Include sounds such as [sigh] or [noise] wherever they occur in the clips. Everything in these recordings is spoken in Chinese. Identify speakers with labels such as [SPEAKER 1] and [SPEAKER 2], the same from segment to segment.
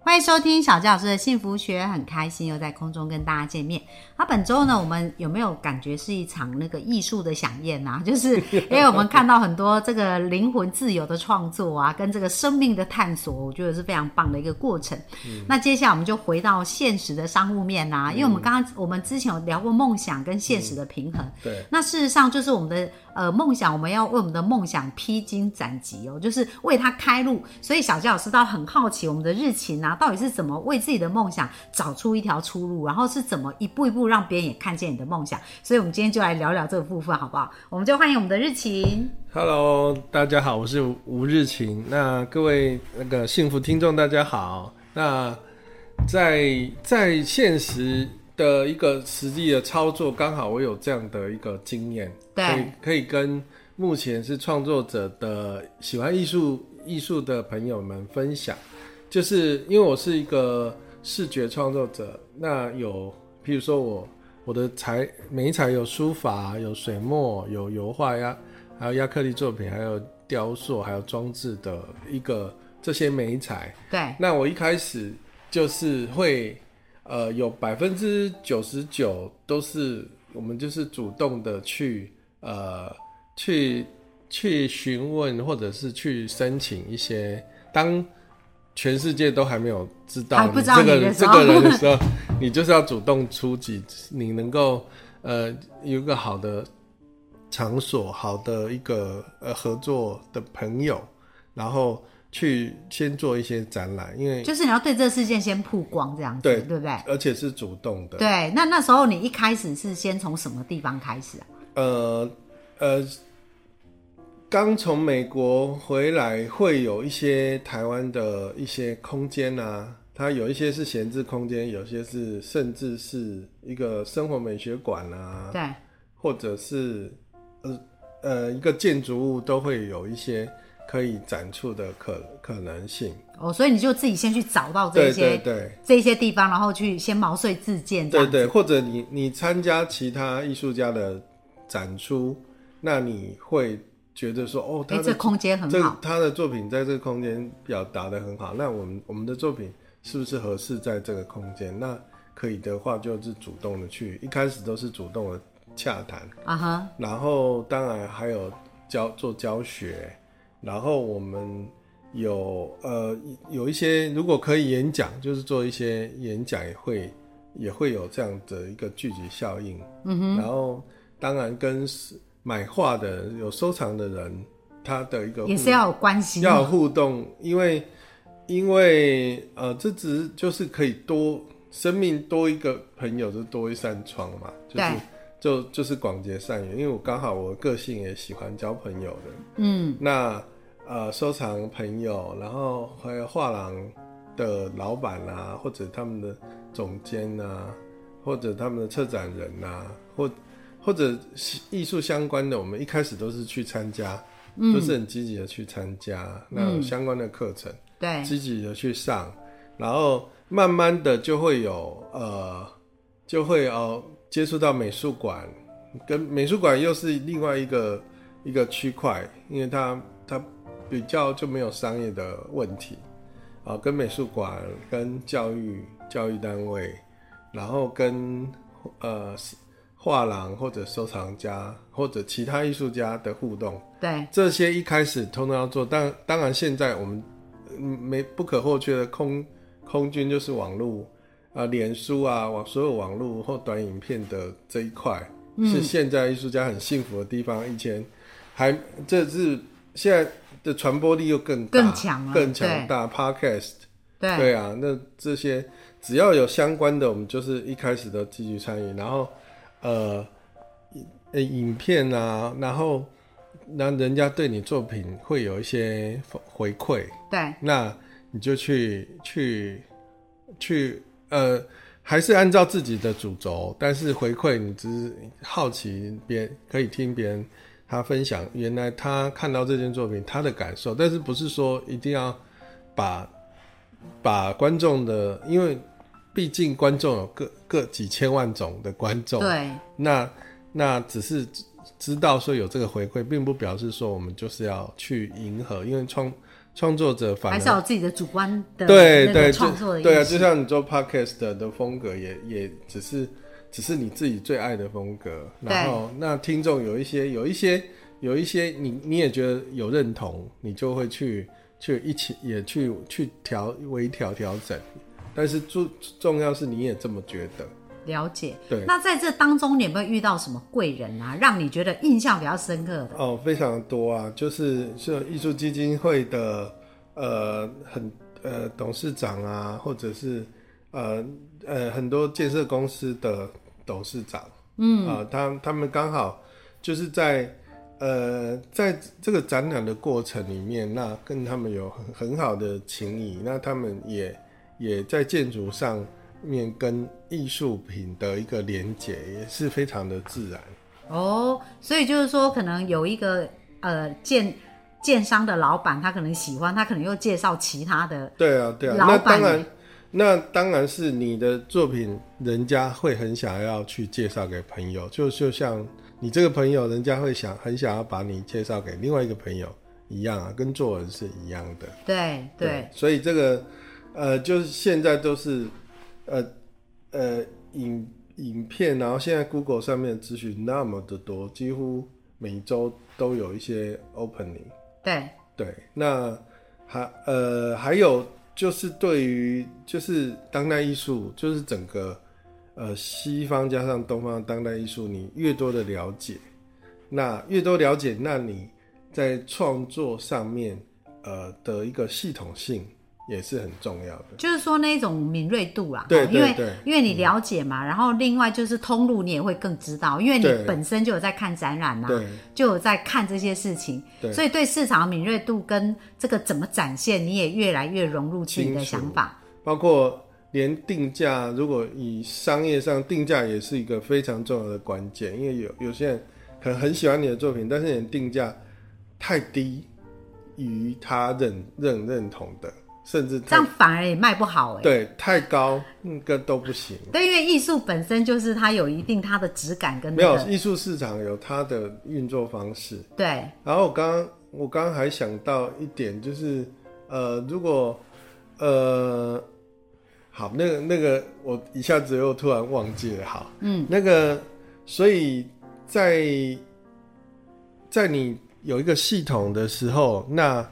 [SPEAKER 1] 欢迎收听小纪老师的幸福学，很开心又在空中跟大家见面。那、本周呢，我们有没有感觉是一场那个艺术的飨宴啊？ [laughs] 就是因为我们看到很多这个灵魂自由的创作啊，跟这个生命的探索，我觉得是非常棒的一个过程。那接下来我们就回到现实的商务面啦、因为我们刚刚我们之前有聊过梦想跟现实的平衡。
[SPEAKER 2] 对，
[SPEAKER 1] 那事实上就是我们的呃梦想，我们要为我们的梦想披荆斩棘哦，就是为它开路。所以小杰老师倒很好奇，我们的日勤啊，到底是怎么为自己的梦想找出一条出路，然后是怎么一步一步让别人也看见你的梦想。所以我们今天就来聊聊这个部分，好不好？我们就欢迎我们的日勤。
[SPEAKER 2] Hello，大家好，我是吴日晴。那各位那个幸福听众，大家好。那在在现实的一个实际的操作，刚好我有这样的一个经验，
[SPEAKER 1] 对
[SPEAKER 2] 可以可以跟目前是创作者的喜欢艺术艺术的朋友们分享，就是因为我是一个视觉创作者，那有譬如说我我的材每一材有书法、有水墨、有油画呀，还有亚克力作品，还有雕塑，还有装置的一个这些美材。
[SPEAKER 1] 对
[SPEAKER 2] 那我一开始就是会，呃，有百分之九十九都是我们就是主动的去呃去去询问或者是去申请一些当。全世界都还没有知道
[SPEAKER 1] 还不知道
[SPEAKER 2] 这个
[SPEAKER 1] 你的
[SPEAKER 2] 人
[SPEAKER 1] 时
[SPEAKER 2] 这
[SPEAKER 1] 候
[SPEAKER 2] 个人的时候， [laughs] 你就是要主动出击，你能够呃有一个好的场所、好的一个呃合作的朋友，然后去先做一些展览，因为
[SPEAKER 1] 就是你要对这事件先曝光，这样子，
[SPEAKER 2] 对
[SPEAKER 1] 对不对？
[SPEAKER 2] 而且是主动的。
[SPEAKER 1] 对，那那时候你一开始是先从什么地方开始啊？
[SPEAKER 2] 呃呃，刚从美国回来，会有一些台湾的一些空间啊，它有一些是闲置空间，有些是甚至是一个生活美学馆啊，
[SPEAKER 1] 对，
[SPEAKER 2] 或者是呃呃一个建筑物都会有一些可以展出的可可能性。
[SPEAKER 1] 哦，所以你就自己先去找到哦这
[SPEAKER 2] 对
[SPEAKER 1] 些
[SPEAKER 2] 对对。
[SPEAKER 1] 这些地方，然后去先毛遂自荐这
[SPEAKER 2] 对
[SPEAKER 1] 样子。
[SPEAKER 2] 对，或者你你参加其他艺术家的展出，那你会觉得说，哦，他
[SPEAKER 1] 哎，这
[SPEAKER 2] 的、
[SPEAKER 1] 空间很
[SPEAKER 2] 这
[SPEAKER 1] 好。
[SPEAKER 2] 他的作品在这个空间表达的很好，那我们我们的作品是不是合适在这个空间？那可以的话，就是主动的去，一开始都是主动的洽谈，
[SPEAKER 1] 啊哈，
[SPEAKER 2] 然后当然还有教做教学，然后我们有呃有一些如果可以演讲，就是做一些演讲也会也会有这样的一个聚集效应。嗯哼，然后当然跟买画的人有收藏的人，他的一个
[SPEAKER 1] 也
[SPEAKER 2] 互
[SPEAKER 1] 是要有关系。
[SPEAKER 2] 要互动，因为因为呃，这只是就是可以多生命多一个朋友，就多一扇窗嘛，就是
[SPEAKER 1] 对
[SPEAKER 2] 就就是广结善缘。因为我刚好我个性也喜欢交朋友的，
[SPEAKER 1] 嗯，
[SPEAKER 2] 那呃收藏朋友，然后还有画廊的老板啊，或者他们的总监啊，或者他们的策展人啊，或或者是艺术相关的，我们一开始都是去参加，
[SPEAKER 1] 嗯
[SPEAKER 2] 都是很积极的去参加那有相关的课程，
[SPEAKER 1] 对，
[SPEAKER 2] 积极的去上，然后慢慢的就会有呃，就会哦、接触到美术馆，跟美术馆又是另外一个一个区块，因为它它比较就没有商业的问题，啊、跟美术馆、跟教育教育单位，然后跟呃画廊或者收藏家或者其他艺术家的互动。
[SPEAKER 1] 对，
[SPEAKER 2] 这些一开始通常要做，但当然现在我们嗯没不可或缺的空空军就是网络啊、脸书啊，网所有网络或短影片的这一块，
[SPEAKER 1] 嗯
[SPEAKER 2] 是现在艺术家很幸福的地方。以前还这是现在的传播力又更大
[SPEAKER 1] 更强了
[SPEAKER 2] 更强大。Podcast
[SPEAKER 1] 对，
[SPEAKER 2] 对啊，那这些只要有相关的，我们就是一开始都积极参与，然后呃，呃，影片啊，然后那人家对你作品会有一些回馈，
[SPEAKER 1] 对，
[SPEAKER 2] 那你就去去去呃，还是按照自己的主轴，但是回馈你只是好奇别可以听别人他分享原来他看到这件作品他的感受，但是不是说一定要把把观众的，因为毕竟观众有各各几千万种的观众，
[SPEAKER 1] 对，
[SPEAKER 2] 那那只是知知道说有这个回馈，并不表示说我们就是要去迎合，因为创创作者反
[SPEAKER 1] 还
[SPEAKER 2] 而
[SPEAKER 1] 是要有自己的主观的
[SPEAKER 2] 对
[SPEAKER 1] 那
[SPEAKER 2] 对
[SPEAKER 1] 个
[SPEAKER 2] 就
[SPEAKER 1] 创作的意
[SPEAKER 2] 对啊，
[SPEAKER 1] 识
[SPEAKER 2] 就像你做 podcast 的的风格也，也只是只是你自己最爱的风格，
[SPEAKER 1] 对
[SPEAKER 2] 然后那听众有一些有一些有一些你你也觉得有认同，你就会去去一起也去去调微调调整，但是重重要是你也这么觉得，
[SPEAKER 1] 了解。
[SPEAKER 2] 对
[SPEAKER 1] 那在这当中，你有没有遇到什么贵人啊，让你觉得印象比较深刻的？
[SPEAKER 2] 哦，非常多啊，就是是艺术基金会的呃很呃董事长啊，或者是呃呃很多建设公司的董事长，嗯啊、他他们刚好就是在呃在这个展览的过程里面，那跟他们有很很好的情谊，那他们也也在建筑上面跟艺术品的一个连结，也是非常的自然。
[SPEAKER 1] 哦，所以就是说，可能有一个呃建建商的老板，他可能喜欢，他可能又介绍其他的，
[SPEAKER 2] 对啊，对啊，
[SPEAKER 1] 老
[SPEAKER 2] 那
[SPEAKER 1] 板欸
[SPEAKER 2] 当然，那当然是你的作品，人家会很想要去介绍给朋友，就就像你这个朋友，人家会想很想要把你介绍给另外一个朋友一样啊，跟作文是一样的。
[SPEAKER 1] 对对，
[SPEAKER 2] 所以这个呃，就是现在都是呃呃影影片，然后现在 Google 上面的资讯那么的多，几乎每周都有一些 opening。
[SPEAKER 1] 对，
[SPEAKER 2] 对，那还呃还有就是对于就是当代艺术，就是整个呃西方加上东方的当代艺术，你越多的了解，那越多了解，那你在创作上面呃的一个系统性也是很重要的。
[SPEAKER 1] 就是说那种敏锐度啦，
[SPEAKER 2] 对
[SPEAKER 1] 哦
[SPEAKER 2] 对
[SPEAKER 1] 因为
[SPEAKER 2] 对嗯
[SPEAKER 1] 因为你了解嘛，然后另外就是通路你也会更知道，因为你
[SPEAKER 2] 对
[SPEAKER 1] 本身就有在看展览呐、
[SPEAKER 2] 对
[SPEAKER 1] 就有在看这些事情，
[SPEAKER 2] 对
[SPEAKER 1] 所以对市场敏锐度跟这个怎么展现，你也越来越融入去你的
[SPEAKER 2] 清楚
[SPEAKER 1] 想法，
[SPEAKER 2] 包括连定价，如果以商业上定价也是一个非常重要的关键，因为有有些人可能很喜欢你的作品，但是你的定价太低于他认认认同的，甚至
[SPEAKER 1] 这
[SPEAKER 2] 太
[SPEAKER 1] 样反而也卖不好哎、
[SPEAKER 2] 对太高，那个都不行。
[SPEAKER 1] 对，因为艺术本身就是它有一定它的质感跟
[SPEAKER 2] 没
[SPEAKER 1] 那
[SPEAKER 2] 有
[SPEAKER 1] 个
[SPEAKER 2] 艺术市场有它的运作方式，
[SPEAKER 1] 对
[SPEAKER 2] 然后我刚刚我刚刚还想到一点，就是呃，如果呃，好，那个那个，我一下子又突然忘记了，好，嗯，那个，所以在在你有一个系统的时候，那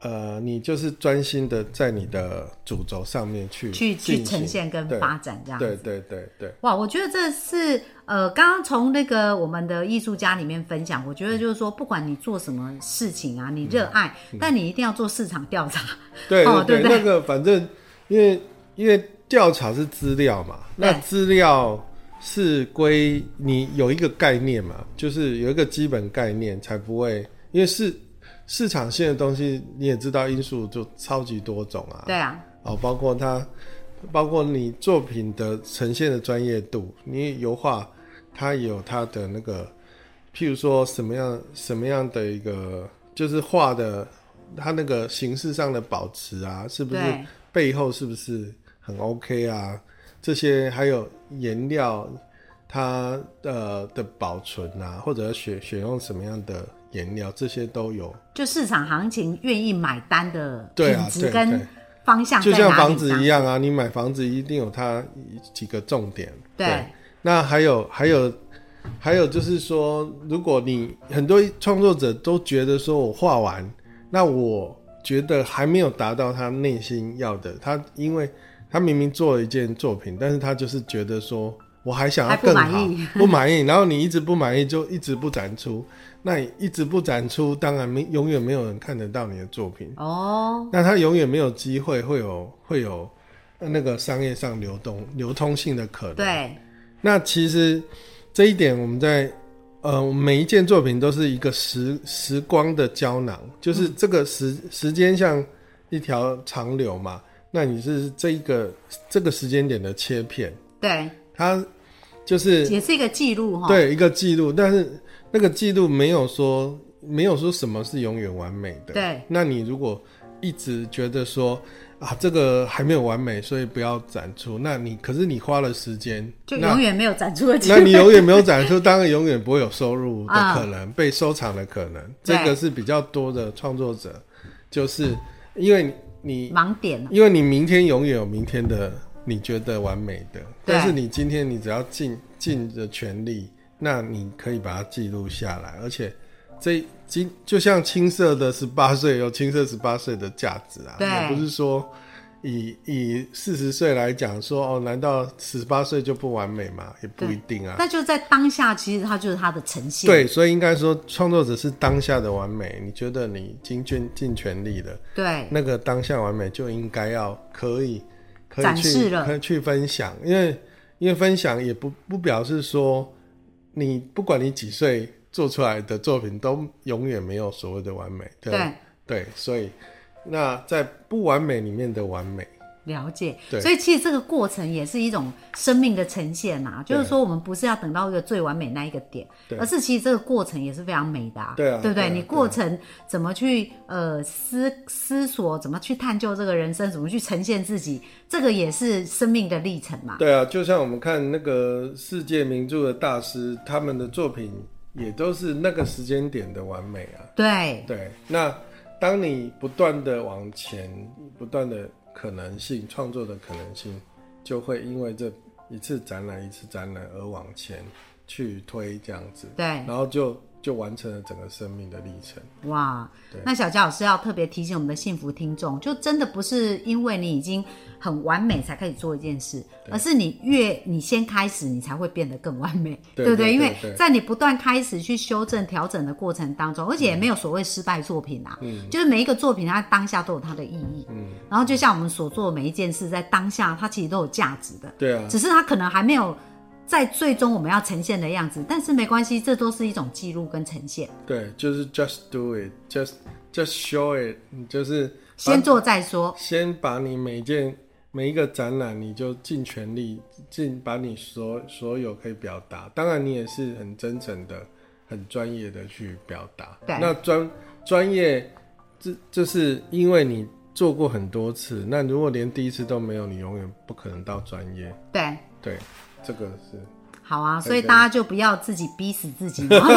[SPEAKER 2] 呃，你就是专心的在你的主轴上面去
[SPEAKER 1] 去去
[SPEAKER 2] 进行
[SPEAKER 1] 呈现跟
[SPEAKER 2] 对
[SPEAKER 1] 发展这样子
[SPEAKER 2] 对对对对，
[SPEAKER 1] 哇，我觉得这是呃，刚刚从那个我们的艺术家里面分享，我觉
[SPEAKER 2] 嗯
[SPEAKER 1] 得就是说，不管你做什么事情啊，你热爱，但你一定要做市场调查。
[SPEAKER 2] [laughs] 对
[SPEAKER 1] 哦
[SPEAKER 2] 对
[SPEAKER 1] 对不对
[SPEAKER 2] 那个反正因为因为调查是资料嘛，
[SPEAKER 1] 对
[SPEAKER 2] 那资料是归你有一个概念嘛，就是有一个基本概念，才不会因为市市场性的东西你也知道，因素就超级多种啊，
[SPEAKER 1] [laughs] 对啊，
[SPEAKER 2] 哦，包括它，包括你作品的呈现的专业度，你油画它也有它的那个，譬如说什么样什么样的一个，就是画的它那个形式上的保持啊，是不是
[SPEAKER 1] 对
[SPEAKER 2] 背后是不是很 OK 啊？这些还有颜料它呃的保存啊，或者选选用什么样的颜料，这些都有。
[SPEAKER 1] 就市场行情愿意买单的
[SPEAKER 2] 对
[SPEAKER 1] 品
[SPEAKER 2] 啊
[SPEAKER 1] 质
[SPEAKER 2] 对
[SPEAKER 1] 跟
[SPEAKER 2] 对
[SPEAKER 1] 方向在
[SPEAKER 2] 就
[SPEAKER 1] 哪里？
[SPEAKER 2] 像房子一，样啊，你买房子一定有它几个重点。
[SPEAKER 1] 对
[SPEAKER 2] 那还有还有还有就是说，如果你很多创作者都觉得说我画完，那我觉得还没有达到他内心要的，他因为他明明做了一件作品，但是他就是觉得说我还想要
[SPEAKER 1] 还不
[SPEAKER 2] 更
[SPEAKER 1] 满
[SPEAKER 2] 好
[SPEAKER 1] 意，
[SPEAKER 2] 不满意，然后你一直不满意就一直不展出，那你一直不展出，当然没永远没有人看得到你的作品。
[SPEAKER 1] 哦，
[SPEAKER 2] 那他永远没有机会会有会有呃那个商业上流动流通性的可能。，
[SPEAKER 1] 对
[SPEAKER 2] 那其实这一点我们在呃我们每一件作品都是一个时时光的胶囊，就是这个时、时间像一条长流嘛。那你是这一个这个时间点的切片，
[SPEAKER 1] 对，
[SPEAKER 2] 它就是
[SPEAKER 1] 也是一个记录哈。
[SPEAKER 2] 对一个记录，但是那个记录没有说没有说什么是永远完美的。
[SPEAKER 1] 对，
[SPEAKER 2] 那你如果一直觉得说啊这个还没有完美，所以不要展出，那你可是你花了时间，
[SPEAKER 1] 就
[SPEAKER 2] 那
[SPEAKER 1] 永远没有展出的机
[SPEAKER 2] [laughs] 那你
[SPEAKER 1] 会。
[SPEAKER 2] 永远没有展出，当然永远不会有
[SPEAKER 1] [laughs]
[SPEAKER 2] 收入的
[SPEAKER 1] 啊
[SPEAKER 2] 可能，被收藏的可能。这
[SPEAKER 1] 对
[SPEAKER 2] 个是比较多的创作者，就是因为你
[SPEAKER 1] 盲点啊
[SPEAKER 2] 因为你明天永远有明天的你觉得完美的，
[SPEAKER 1] 对
[SPEAKER 2] 但是你今天你只要尽尽着全力，那你可以把它记录下来，而且这今就像青涩的十八岁有青涩十八岁的价值啊，
[SPEAKER 1] 对
[SPEAKER 2] 也不是说。以以四十岁来讲说哦，难道十八岁就不完美吗？也不
[SPEAKER 1] 对
[SPEAKER 2] 一定啊。
[SPEAKER 1] 那就在当下，其实它就是它的呈现。
[SPEAKER 2] 对，所以应该说，创作者是当下的完美。你觉得你尽尽尽全力了，
[SPEAKER 1] 对
[SPEAKER 2] 那个当下完美就应该要可以可以
[SPEAKER 1] 展
[SPEAKER 2] 去
[SPEAKER 1] 示了
[SPEAKER 2] 可以去分享，因为因为分享也不不表示说你不管你几岁做出来的作品都永远没有所谓的完美，对吧
[SPEAKER 1] 对，
[SPEAKER 2] 对，所以那在不完美里面的完美，
[SPEAKER 1] 了解
[SPEAKER 2] 对。
[SPEAKER 1] 所以其实这个过程也是一种生命的呈现呐、就是说我们不是要等到一个最完美那一个点
[SPEAKER 2] 对，
[SPEAKER 1] 而是其实这个过程也是非常美的、啊
[SPEAKER 2] 对啊
[SPEAKER 1] 对不
[SPEAKER 2] 对啊
[SPEAKER 1] 对？你
[SPEAKER 2] 对啊
[SPEAKER 1] 过程怎么去呃思思索，怎么去探究这个人生，怎么去呈现自己，这个也是生命的历程嘛。
[SPEAKER 2] 对啊，就像我们看那个世界名著的大师，他们的作品也都是那个时间点的完美啊。
[SPEAKER 1] 对
[SPEAKER 2] 对，那当你不断的往前，不断的可能性，创作的可能性，就会因为这一次展览一次展览而往前去推这样子，
[SPEAKER 1] 对，
[SPEAKER 2] 然后就就完成了整个生命的历程。
[SPEAKER 1] 哇
[SPEAKER 2] 对！
[SPEAKER 1] 那小佳老师要特别提醒我们的幸福听众，就真的不是因为你已经很完美才开始做一件事，而是你越你先开始，你才会变得更完美，
[SPEAKER 2] 对
[SPEAKER 1] 不
[SPEAKER 2] 对
[SPEAKER 1] 因
[SPEAKER 2] 对
[SPEAKER 1] 为
[SPEAKER 2] 对
[SPEAKER 1] 在你不断开始去修正、调整的过程当中，而且也
[SPEAKER 2] 嗯
[SPEAKER 1] 没有所谓失败作品啊，就是每一个作品它当下都有它的意义，
[SPEAKER 2] 嗯
[SPEAKER 1] 然后就像我们所做的每一件事，在当下它其实都有价值的，
[SPEAKER 2] 对啊，
[SPEAKER 1] 只是它可能还没有在最终我们要呈现的样子，但是没关系，这都是一种记录跟呈现，
[SPEAKER 2] 对，就是 just do it，just just show it，就是
[SPEAKER 1] 先做再说。
[SPEAKER 2] 先把你每件每一个展览，你就尽全力，尽把你所所有可以表达。当然，你也是很真诚的、很专业的去表达。
[SPEAKER 1] 对
[SPEAKER 2] 那专专业，这这是因为你做过很多次。那如果连第一次都没有，你永远不可能到专业。
[SPEAKER 1] 对，
[SPEAKER 2] 对，这个是
[SPEAKER 1] 好啊，
[SPEAKER 2] 对
[SPEAKER 1] 所以
[SPEAKER 2] 对
[SPEAKER 1] 大家就不要自己逼死自己，然
[SPEAKER 2] [laughs]
[SPEAKER 1] 后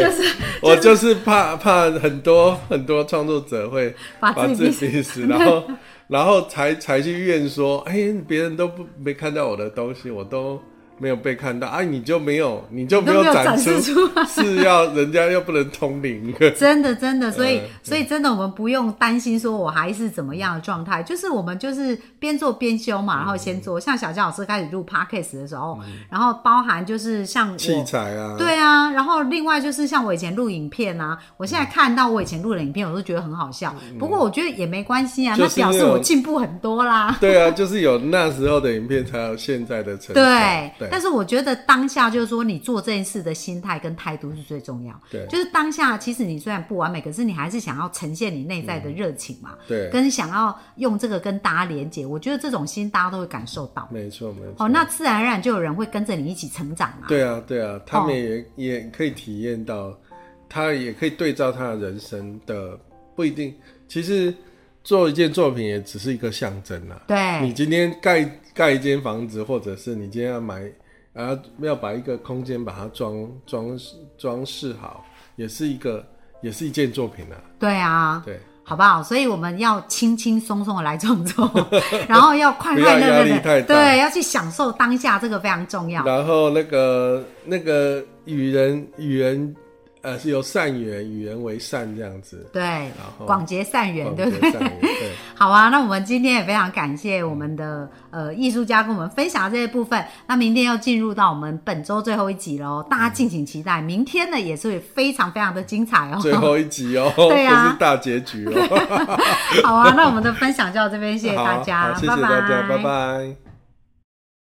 [SPEAKER 1] 就是 [laughs]
[SPEAKER 2] 我就是怕怕很多很多创作者会
[SPEAKER 1] 把
[SPEAKER 2] 把
[SPEAKER 1] 自己
[SPEAKER 2] 自
[SPEAKER 1] 逼死。
[SPEAKER 2] 己逼死，然后然后才才去怨说，哎、别人都不没看到我的东西，我都没有被看到，啊，你就没有，你就
[SPEAKER 1] 都
[SPEAKER 2] 有
[SPEAKER 1] 没有
[SPEAKER 2] 展
[SPEAKER 1] 展示出来，
[SPEAKER 2] [laughs] 是要人家又不能
[SPEAKER 1] [laughs]
[SPEAKER 2] 通灵，
[SPEAKER 1] 真的真的，所以、
[SPEAKER 2] 嗯
[SPEAKER 1] 所以真的我们不用担心说我还是怎么样的状态，就是我们就是边做边修
[SPEAKER 2] 嗯
[SPEAKER 1] 嘛，然后先做。像小江老师开始录 podcast 的时候，然后包含就是像
[SPEAKER 2] 器
[SPEAKER 1] 我。
[SPEAKER 2] 材嗯啊，
[SPEAKER 1] 对啊，然后另外就是像我以前录影片啊，我
[SPEAKER 2] 嗯
[SPEAKER 1] 现在看到我以前录的影片，我都觉得很好笑。不过我觉得也没关系啊，
[SPEAKER 2] 就
[SPEAKER 1] 那
[SPEAKER 2] 是
[SPEAKER 1] 表
[SPEAKER 2] 那
[SPEAKER 1] 示我
[SPEAKER 2] 种
[SPEAKER 1] 进步很多啦。
[SPEAKER 2] 对啊，就是有那时候的影片，才有现在的成
[SPEAKER 1] 对
[SPEAKER 2] 对，
[SPEAKER 1] 但是我觉得当下就是说，你做这件事的心态跟态度是最重要。
[SPEAKER 2] 对
[SPEAKER 1] 就是当下，其实你虽然不完美，可是你还是想要呈现你内在的热情嘛，
[SPEAKER 2] 嗯对
[SPEAKER 1] 跟想要用这个跟大家连接。我觉得这种心大家都会感受到。
[SPEAKER 2] 没错没错。
[SPEAKER 1] 哦，那自然而然就有人会跟着你一起成长嘛。
[SPEAKER 2] 对啊，对啊，他
[SPEAKER 1] 哦
[SPEAKER 2] 们也、也可以体验到，他也可以对照他的人生的，不一定。其实做一件作品也只是一个象征啦、你
[SPEAKER 1] 对
[SPEAKER 2] 今天盖盖一间房子，或者是你今天要买，啊，要把一个空间把它装装装饰好，也是一个，也是一件作品啊。
[SPEAKER 1] 对啊，
[SPEAKER 2] 对，
[SPEAKER 1] 好不好？所以我们要轻轻松松的来创作，然后要快
[SPEAKER 2] [laughs] 不要
[SPEAKER 1] 快乐
[SPEAKER 2] 压
[SPEAKER 1] 乐
[SPEAKER 2] 力太
[SPEAKER 1] 的，
[SPEAKER 2] 大
[SPEAKER 1] 对，要去享受当下，这个非常重要。
[SPEAKER 2] 然后那个那个与人与人，呃，是由善缘，与人为善这样子。
[SPEAKER 1] 对
[SPEAKER 2] 然后，
[SPEAKER 1] 广结善缘，对不对？
[SPEAKER 2] 广结善缘对。
[SPEAKER 1] 好啊，那我们今天也非常感谢我们的呃艺术家跟我们分享这些部分。那明天要进入到我们本周最后一集喽，大家敬请期待。明天呢也是会非常非常的精彩
[SPEAKER 2] 最
[SPEAKER 1] [laughs] 哦。
[SPEAKER 2] 后一集哦，
[SPEAKER 1] 对啊
[SPEAKER 2] [laughs] 不是大结局哦。
[SPEAKER 1] 好啊，那我们的分享就到这边，谢谢大
[SPEAKER 2] 好
[SPEAKER 1] 家，
[SPEAKER 2] 好谢谢大家，
[SPEAKER 1] 拜
[SPEAKER 2] 拜拜